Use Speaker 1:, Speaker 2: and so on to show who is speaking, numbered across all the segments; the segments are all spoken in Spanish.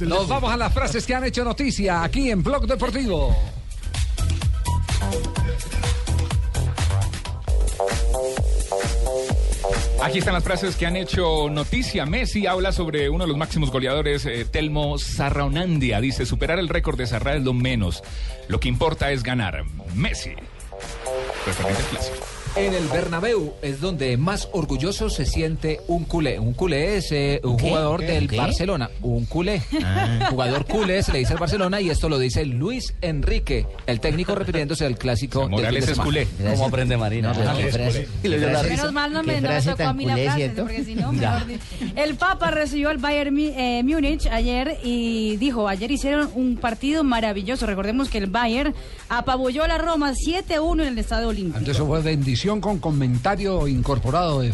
Speaker 1: Nos vamos a las frases que han hecho noticia aquí en Blog Deportivo.
Speaker 2: Aquí están las frases que han hecho noticia. Messi habla sobre uno de los máximos goleadores, eh, Telmo Sarraonandia. Dice, superar el récord de Sarra es lo menos. Lo que importa es ganar. Messi. Pues Referente al clásico.
Speaker 3: En el Bernabéu es donde más orgulloso se siente un culé. Un culé es eh, un jugador del Barcelona. Un culé.
Speaker 4: Ah.
Speaker 3: Jugador culé se le dice al Barcelona y esto lo dice Luis Enrique, el técnico refiriéndose al clásico. del fin de
Speaker 2: Morales es
Speaker 3: semana.
Speaker 2: culé.
Speaker 5: ¿Cómo aprende Marina?
Speaker 4: pues, Qué frase.
Speaker 5: Y le dio la risa.
Speaker 6: Menos mal no
Speaker 5: Qué
Speaker 6: me no me
Speaker 5: frase
Speaker 6: tocó
Speaker 5: tan
Speaker 6: a mí la
Speaker 5: culé,
Speaker 6: frase,
Speaker 5: ¿cierto?
Speaker 6: porque si no,
Speaker 5: Ya.
Speaker 6: mejor dicho. El Papa recibió al Bayern Mi- eh, Múnich ayer y dijo, ayer hicieron un partido maravilloso. Recordemos que el Bayern apabulló a la Roma 7-1 en el Estadio Olímpico.
Speaker 1: Antes fue bendición con comentario incorporado del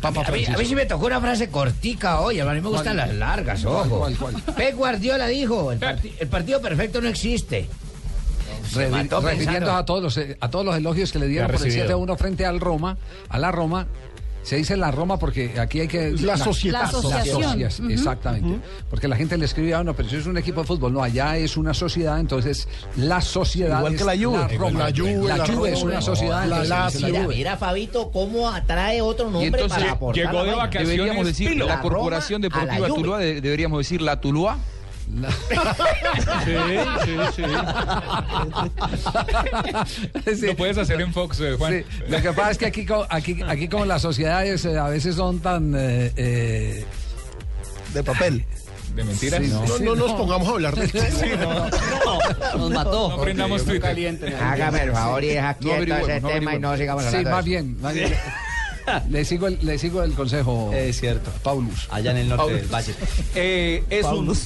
Speaker 1: Papa
Speaker 4: Mm. A mí, a
Speaker 1: Francisco.
Speaker 4: mí sí me tocó una frase cortica hoy, a mí me gustan las largas, ojo.
Speaker 1: ¿Cuál, cuál, cuál?
Speaker 4: Pep Guardiola dijo, el, parti- el partido perfecto no existe.
Speaker 1: Revi-
Speaker 4: mató pensando.
Speaker 1: refiriendo a todos, los, eh, a todos los elogios que le dieron por el 7-1 frente al Roma, a la Roma. Se dice la Roma porque aquí hay que... La
Speaker 6: sociedad. La asociación.
Speaker 1: socias,
Speaker 6: Ujú.
Speaker 1: Exactamente. Porque la gente le escribe, ah, no, pero eso es un equipo de fútbol. No, allá es una sociedad, entonces la sociedad
Speaker 7: Igual
Speaker 1: es
Speaker 7: que la Juve.
Speaker 1: La, Roma.
Speaker 7: La Juve,
Speaker 1: La
Speaker 7: la
Speaker 1: Juve es
Speaker 7: Roma.
Speaker 1: una sociedad.
Speaker 7: La
Speaker 1: entonces se dice
Speaker 7: Lazio.
Speaker 1: Juve.
Speaker 5: Mira, Fabito, cómo atrae otro nombre
Speaker 8: entonces
Speaker 5: para aportar
Speaker 2: llegó
Speaker 5: la
Speaker 2: de
Speaker 5: vaina.
Speaker 2: vacaciones.
Speaker 8: Deberíamos decir
Speaker 2: Pilo.
Speaker 8: la
Speaker 5: La
Speaker 8: Corporación
Speaker 5: Roma a la
Speaker 8: Deportiva
Speaker 5: Juve.
Speaker 8: Tuluá, de- deberíamos decir la Tuluá.
Speaker 1: Sí.
Speaker 2: Lo puedes hacer en Fox, eh, Juan.
Speaker 1: Sí, lo que pasa es que aquí, co- aquí, aquí como las sociedades eh, a veces son tan... eh, eh,
Speaker 7: de papel.
Speaker 2: De mentiras.
Speaker 1: sí,
Speaker 2: no,
Speaker 7: No,
Speaker 1: sí,
Speaker 7: no nos pongamos a hablar de
Speaker 5: Nos mató.
Speaker 2: no prendamos Twitter.
Speaker 4: Hágame el favor y deja quieto
Speaker 8: averigüemos,
Speaker 4: ese
Speaker 8: no
Speaker 4: tema y este, no sigamos
Speaker 1: Sí,
Speaker 4: hablando de
Speaker 1: más
Speaker 4: eso.
Speaker 1: bien. más bien. Le sigo el, le sigo el consejo.
Speaker 5: Es cierto.
Speaker 1: Paulus.
Speaker 5: Allá en el norte del valle. Eh, es, un,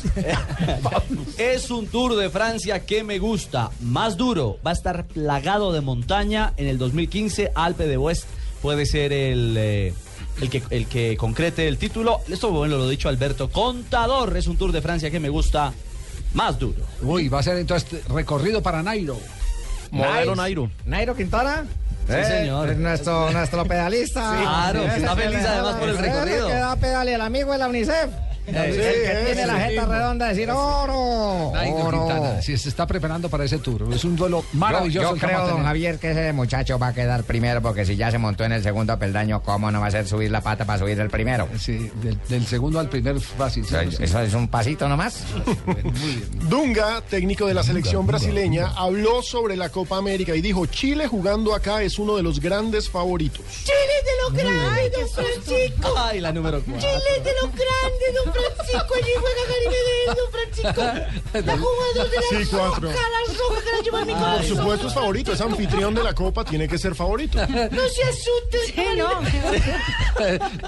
Speaker 5: es un Tour de Francia que me gusta. Más duro. Va a estar plagado de montaña en el 2015. Alpe de West puede ser el, eh, el, que, el que concrete el título. Esto bueno, lo ha dicho Alberto Contador. Es un Tour de Francia que me gusta. Más duro.
Speaker 1: Uy, va a ser entonces recorrido para Nairo.
Speaker 7: Modelo Nairo.
Speaker 4: Nairo Quintana. Eh,
Speaker 5: Sí, señor.
Speaker 4: es nuestro, nuestro pedalista.
Speaker 5: Sí, claro, que está
Speaker 4: Ese
Speaker 5: feliz
Speaker 4: pedalista,
Speaker 5: además por el
Speaker 4: ese
Speaker 5: recorrido.
Speaker 4: Que da pedale el amigo de la UNICEF. el que tiene la jeta redonda de decir oro.
Speaker 1: Nairo
Speaker 4: oro.
Speaker 1: Quintana. Si se está preparando para ese tour. Es un duelo maravilloso
Speaker 4: Oh, Yo,
Speaker 1: el que va
Speaker 4: creo,
Speaker 1: a
Speaker 4: don
Speaker 1: tener.
Speaker 4: Javier, que ese muchacho va a quedar primero porque si ya se montó en el segundo peldaño, ¿cómo no va a ser subir la pata para subir el primero?
Speaker 1: Sí, del, del segundo al primer fácil.
Speaker 4: O sea, Eso es un pasito nomás.
Speaker 7: Dunga, técnico de la selección brasileña, habló sobre la Copa América y dijo, Chile jugando acá es uno de los grandes favoritos.
Speaker 5: Ay, la número 4.
Speaker 7: Sí, cuatro. Por supuesto es favorito, es anfitrión de la Copa, tiene que ser favorito.
Speaker 6: Sí, no.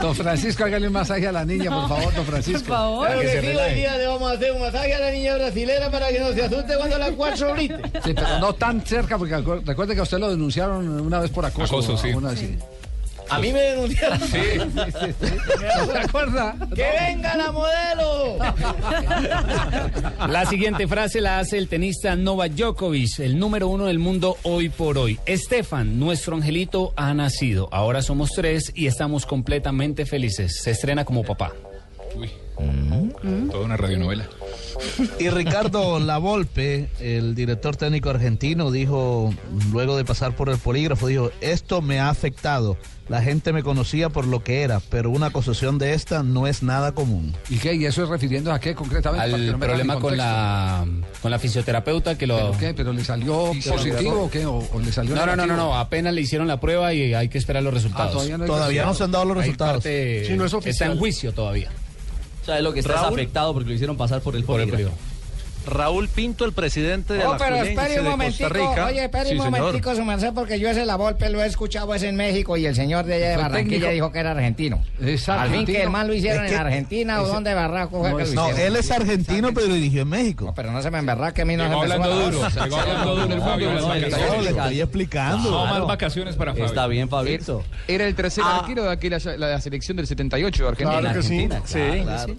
Speaker 1: Don Francisco, hágale un masaje a la niña, por favor, don
Speaker 6: Por
Speaker 1: Francisco.
Speaker 6: favor.
Speaker 4: el día de vamos a hacer un masaje a la niña brasilera para que no se asuste cuando la cuatro brite.
Speaker 1: Sí, pero no tan cerca, porque acu- recuerde que a usted lo denunciaron una vez por acoso.
Speaker 2: Acoso, sí.
Speaker 1: Una vez, sí.
Speaker 4: A mí me denunciaron.
Speaker 1: ¿Se acuerda?
Speaker 4: ¡Que venga la modelo!
Speaker 9: La siguiente frase la hace el tenista Novak Djokovic, el número uno del mundo hoy por hoy. Estefan, nuestro angelito ha nacido. Ahora somos tres y estamos completamente felices. Se estrena como papá.
Speaker 2: Uy. Toda una radionovela.
Speaker 8: Y Ricardo Lavolpe, el director técnico argentino, dijo, luego de pasar por el polígrafo, dijo, esto me ha afectado. La gente me conocía por lo que era, pero una acusación de esta no es nada común.
Speaker 1: ¿Y qué? ¿Y eso es refiriendo a qué concretamente? Para que no
Speaker 9: Al
Speaker 1: me hagan
Speaker 9: problema
Speaker 1: el
Speaker 9: con
Speaker 1: contexto.
Speaker 9: la, con la fisioterapeuta que lo...
Speaker 1: ¿Pero qué? ¿Pero le salió
Speaker 9: Oh. Sí,
Speaker 1: positivo o qué? ¿O, o le salió
Speaker 9: No, no, no, no,
Speaker 1: negativo?
Speaker 9: no, apenas le hicieron la prueba y hay que esperar los
Speaker 1: Ah,
Speaker 9: resultados.
Speaker 1: todavía no hay
Speaker 8: Todavía no se han dado los
Speaker 9: Hay
Speaker 8: resultados.
Speaker 9: parte-
Speaker 7: Sí, no es
Speaker 9: está
Speaker 7: oficial.
Speaker 9: en juicio todavía.
Speaker 5: O sea, es lo que está afectado porque lo hicieron pasar por el
Speaker 9: Por el
Speaker 5: polígrafo.
Speaker 9: periodo.
Speaker 8: Raúl Pinto, el presidente
Speaker 4: No, pero espere un momentico. Oye, espere un momentico, su merced, porque yo ese la Volpe lo he escuchado es en México y el señor de allá de
Speaker 1: Fue
Speaker 4: Barranquilla
Speaker 1: técnico.
Speaker 4: dijo que era argentino.
Speaker 1: Es
Speaker 4: Al fin que
Speaker 1: argentino.
Speaker 4: el mal lo hicieron
Speaker 8: Es
Speaker 4: en
Speaker 8: que-
Speaker 4: Argentina o donde Barraco fue
Speaker 1: no,
Speaker 4: que lo
Speaker 1: es-
Speaker 8: No,
Speaker 4: hicieron.
Speaker 8: él es argentino, pero dirigió en México.
Speaker 4: No, pero no se me emberra que a mí no se
Speaker 2: Llegó
Speaker 4: me
Speaker 2: hablando
Speaker 4: suena.
Speaker 2: duro. Llegó hablando duro el Fabio. las
Speaker 5: No, el
Speaker 2: vacaciones.
Speaker 8: No, le estoy
Speaker 2: No
Speaker 8: explicando.
Speaker 2: más vacaciones para Fabio.
Speaker 5: Está bien, Fabito.
Speaker 10: Era el tercer
Speaker 5: Ah.
Speaker 10: arquero de aquella la, la selección del 78 de Argentina.
Speaker 7: Claro que sí.
Speaker 5: Argentina, claro, claro.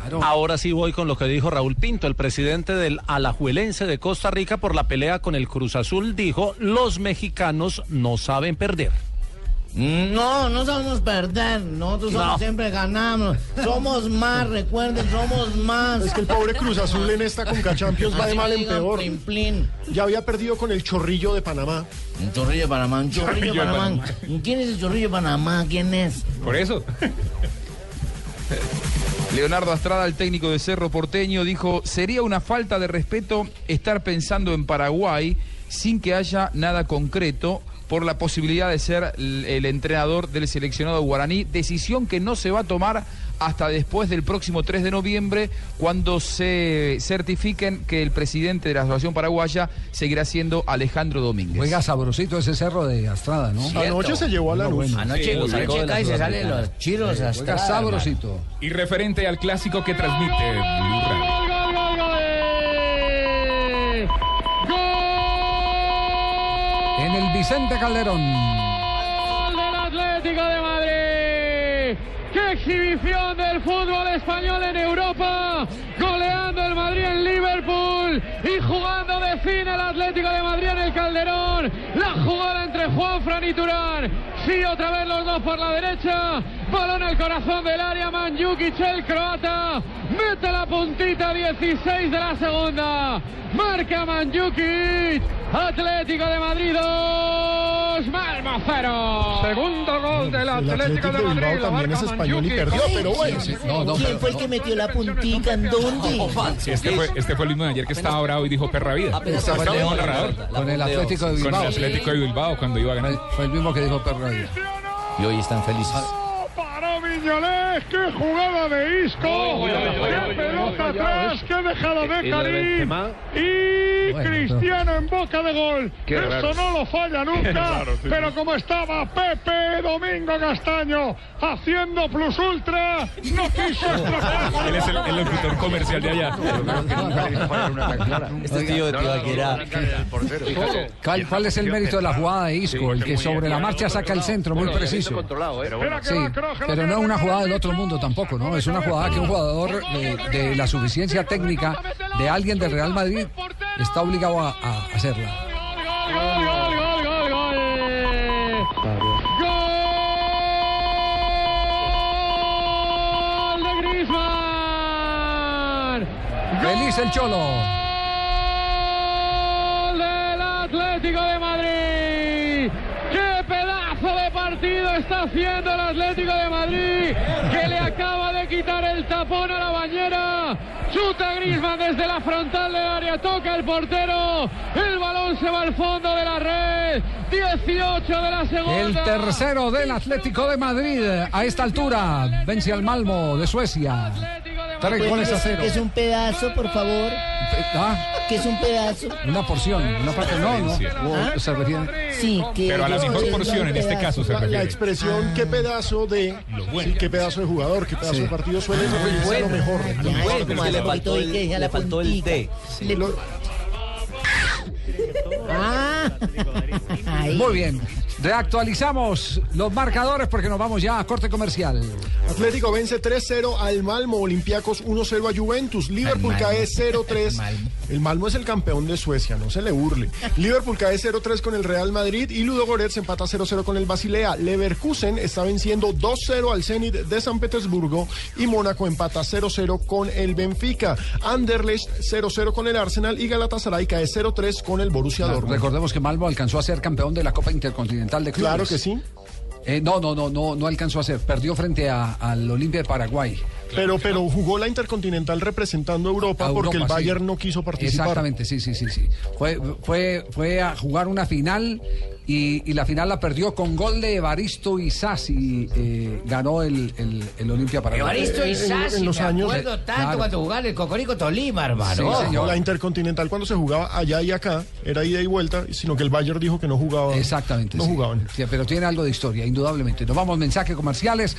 Speaker 1: Claro.
Speaker 11: Ahora sí voy con lo que dijo Raúl Pinto, el presidente del Alajuelense de Costa Rica por la pelea con el Cruz Azul, dijo, los mexicanos no saben perder.
Speaker 12: No, no sabemos perder. Nosotros somos-
Speaker 7: No.
Speaker 12: siempre ganamos. Somos más, recuerden, somos más.
Speaker 7: Es que el pobre Cruz Azul en esta Conca Champions va de
Speaker 12: Así
Speaker 7: mal
Speaker 12: que
Speaker 7: en
Speaker 12: digan
Speaker 7: peor.
Speaker 12: plin, plin.
Speaker 7: Ya había perdido con el chorrillo de Panamá.
Speaker 12: Un chorrillo de Panamá, un chorrillo de
Speaker 7: Chorrillo de
Speaker 12: Panamá. ¿Quién es el chorrillo de Panamá? ¿Quién es?
Speaker 2: Por eso.
Speaker 10: Leonardo Astrada, el técnico de Cerro Porteño, dijo, sería una falta de respeto estar pensando en Paraguay sin que haya nada concreto por la posibilidad de ser l- el entrenador del seleccionado guaraní, decisión que no se va a tomar hasta después del próximo 3 de noviembre, cuando se certifiquen que el presidente de la Asociación Paraguaya seguirá siendo Alejandro Domínguez.
Speaker 1: Oiga, sabrosito ese cerro de Astrada, ¿no?
Speaker 10: Cierto. Anoche se llevó a
Speaker 1: la
Speaker 10: Lanús. Anoche
Speaker 2: lo sacó de
Speaker 12: Checa y
Speaker 2: la
Speaker 12: se salen los chiros
Speaker 2: Oiga,
Speaker 12: hasta.
Speaker 1: sabrosito.
Speaker 2: Y referente al clásico que transmite Blue Radio.
Speaker 1: En el Vicente Calderón.
Speaker 13: del Atlético de Madrid. ¡Qué exhibición del fútbol español en Europa! Goleando el Madrid en Liverpool y jugando de fin el Atlético de Madrid en el Calderón. La jugada entre Juan Fran y Turán. Sí, otra vez los dos por la derecha. Balón al corazón del área. Manjukic, el croata. Mete la puntita 16 de la segunda. Marca Manjukic. Atlético de Madrid 2. Malmo 0. Segundo gol del Atlético de Madrid.
Speaker 7: Bilbao también es español y perdió, pero bueno.
Speaker 2: No, no,
Speaker 12: ¿Quién
Speaker 2: pero-
Speaker 12: fue el que metió la puntica? ¿En dónde?
Speaker 2: Este fue, este fue el mismo de ayer que estaba bravo y dijo perra vida.
Speaker 12: Apenas
Speaker 2: Estaba
Speaker 12: fue el
Speaker 2: como
Speaker 12: de-
Speaker 2: narrador.
Speaker 12: la-
Speaker 1: con el Atlético de
Speaker 2: Con
Speaker 1: Bilbao.
Speaker 2: el Atlético de Bilbao cuando iba a ganar.
Speaker 1: Fue el mismo que dijo perra vida.
Speaker 5: Y hoy están felices.
Speaker 13: Paró Viñoles. ¡Qué jugada de Isco! ¡Qué pelota atrás! ¡Qué dejada de
Speaker 14: Y lo de
Speaker 13: Karim!
Speaker 14: Benzema.
Speaker 13: Y
Speaker 14: Bueno,
Speaker 13: Cristiano en boca de gol.
Speaker 14: Qué
Speaker 13: Eso
Speaker 14: raro.
Speaker 13: no lo
Speaker 14: Qué
Speaker 13: falla nunca.
Speaker 14: raro, sí,
Speaker 13: Pero como estaba Pepe Domingo Castaño haciendo plus ultra, no quiso estropear.
Speaker 2: Él es el, el locutor comercial de allá.
Speaker 5: Este tío de Tibaquirá.
Speaker 1: ¿Cuál, cuál es el mérito de la jugada de Isco? El que sobre la marcha saca el centro, muy preciso. Sí, pero no es una jugada del otro mundo tampoco, ¿no? Es una jugada que un jugador de, de la suficiencia técnica de alguien del Real Madrid está obligado a, a hacerla.
Speaker 13: ¡Gol, gol, gol, gol, gol! ¡Gol de Griezmann!
Speaker 1: ¡Feliz el Cholo!
Speaker 13: ¡Gol del Atlético de Madrid! ¡Qué pedazo de partido está haciendo el Atlético de Madrid! Que le acaba de quitar el tapón a la bañera. Chuta Griezmann desde la frontal del área, toca el portero. El balón se va al fondo de la red. 18 de la segunda.
Speaker 1: El tercero del Atlético de Madrid a esta altura vence al Malmo de Suecia. Tres goles a
Speaker 12: Pues,
Speaker 1: cero. Ah,
Speaker 12: Que es un pedazo, por favor. Que es un pedazo.
Speaker 1: Una porción, una parte no, ¿no? O- se refiere-
Speaker 12: Sí, que
Speaker 1: Pero a la
Speaker 12: yo-
Speaker 1: mejor
Speaker 12: yo-
Speaker 1: porción en este caso se
Speaker 7: La- La
Speaker 1: refiere.
Speaker 7: expresión qué pedazo de sí, qué pedazo de jugador, qué pedazo
Speaker 1: Sí.
Speaker 7: de partido suele
Speaker 1: Muy
Speaker 7: referirse a lo
Speaker 1: bueno.
Speaker 7: mejor.
Speaker 12: Ya, es como hace
Speaker 5: le
Speaker 12: poquito
Speaker 5: faltó
Speaker 12: vi que
Speaker 5: el-
Speaker 12: dejé la
Speaker 5: le faltó el
Speaker 12: puntica.
Speaker 5: té.
Speaker 12: Le- Ah.
Speaker 1: Muy bien. Reactualizamos los marcadores porque nos vamos ya a corte comercial.
Speaker 7: Atlético vence 3-0 al Malmo, Olympiacos 1-0 a Juventus, Liverpool
Speaker 1: Malmo.
Speaker 7: cae 0-3. El Malmo es el campeón de Suecia, no se le burle. Liverpool cae 0-3 con el Real Madrid y Ludo Goretz empata 0-0 con el Basilea. Leverkusen está venciendo 2-0 al Zenit de San Petersburgo y Mónaco empata 0-0 con el Benfica. Anderlecht 0-0 con el Arsenal y Galatasaray cae 0-3 con el Borussia Dortmund.
Speaker 1: Recordemos que Malmo alcanzó a ser campeón de la Copa Intercontinental de Clubes.
Speaker 7: Claro que sí.
Speaker 1: Eh, no, no, no, no, no alcanzó a ser. Perdió frente a- al Olimpia de Paraguay.
Speaker 7: Pero, pero jugó la Intercontinental representando a Europa,
Speaker 1: A
Speaker 7: porque el
Speaker 1: Europa, sí.
Speaker 7: Bayern no quiso participar.
Speaker 1: Exactamente, sí, sí, sí, sí. Fue, fue, fue a jugar una final y, y la final la perdió con gol de Evaristo Isasi y eh, ganó el, el, el Olimpia Paraguay.
Speaker 4: Evaristo y Sassi, me acuerdo tanto
Speaker 1: Claro.
Speaker 4: cuando jugaba en el Cocorico Tolima,
Speaker 7: Sí,
Speaker 4: hermano.
Speaker 7: señor. La Intercontinental cuando se jugaba allá y acá era ida y vuelta, sino que el Bayern dijo que no jugaba. Exactamente. No jugaban.
Speaker 1: Sí, pero tiene algo de historia, indudablemente. Nos vamos mensajes comerciales.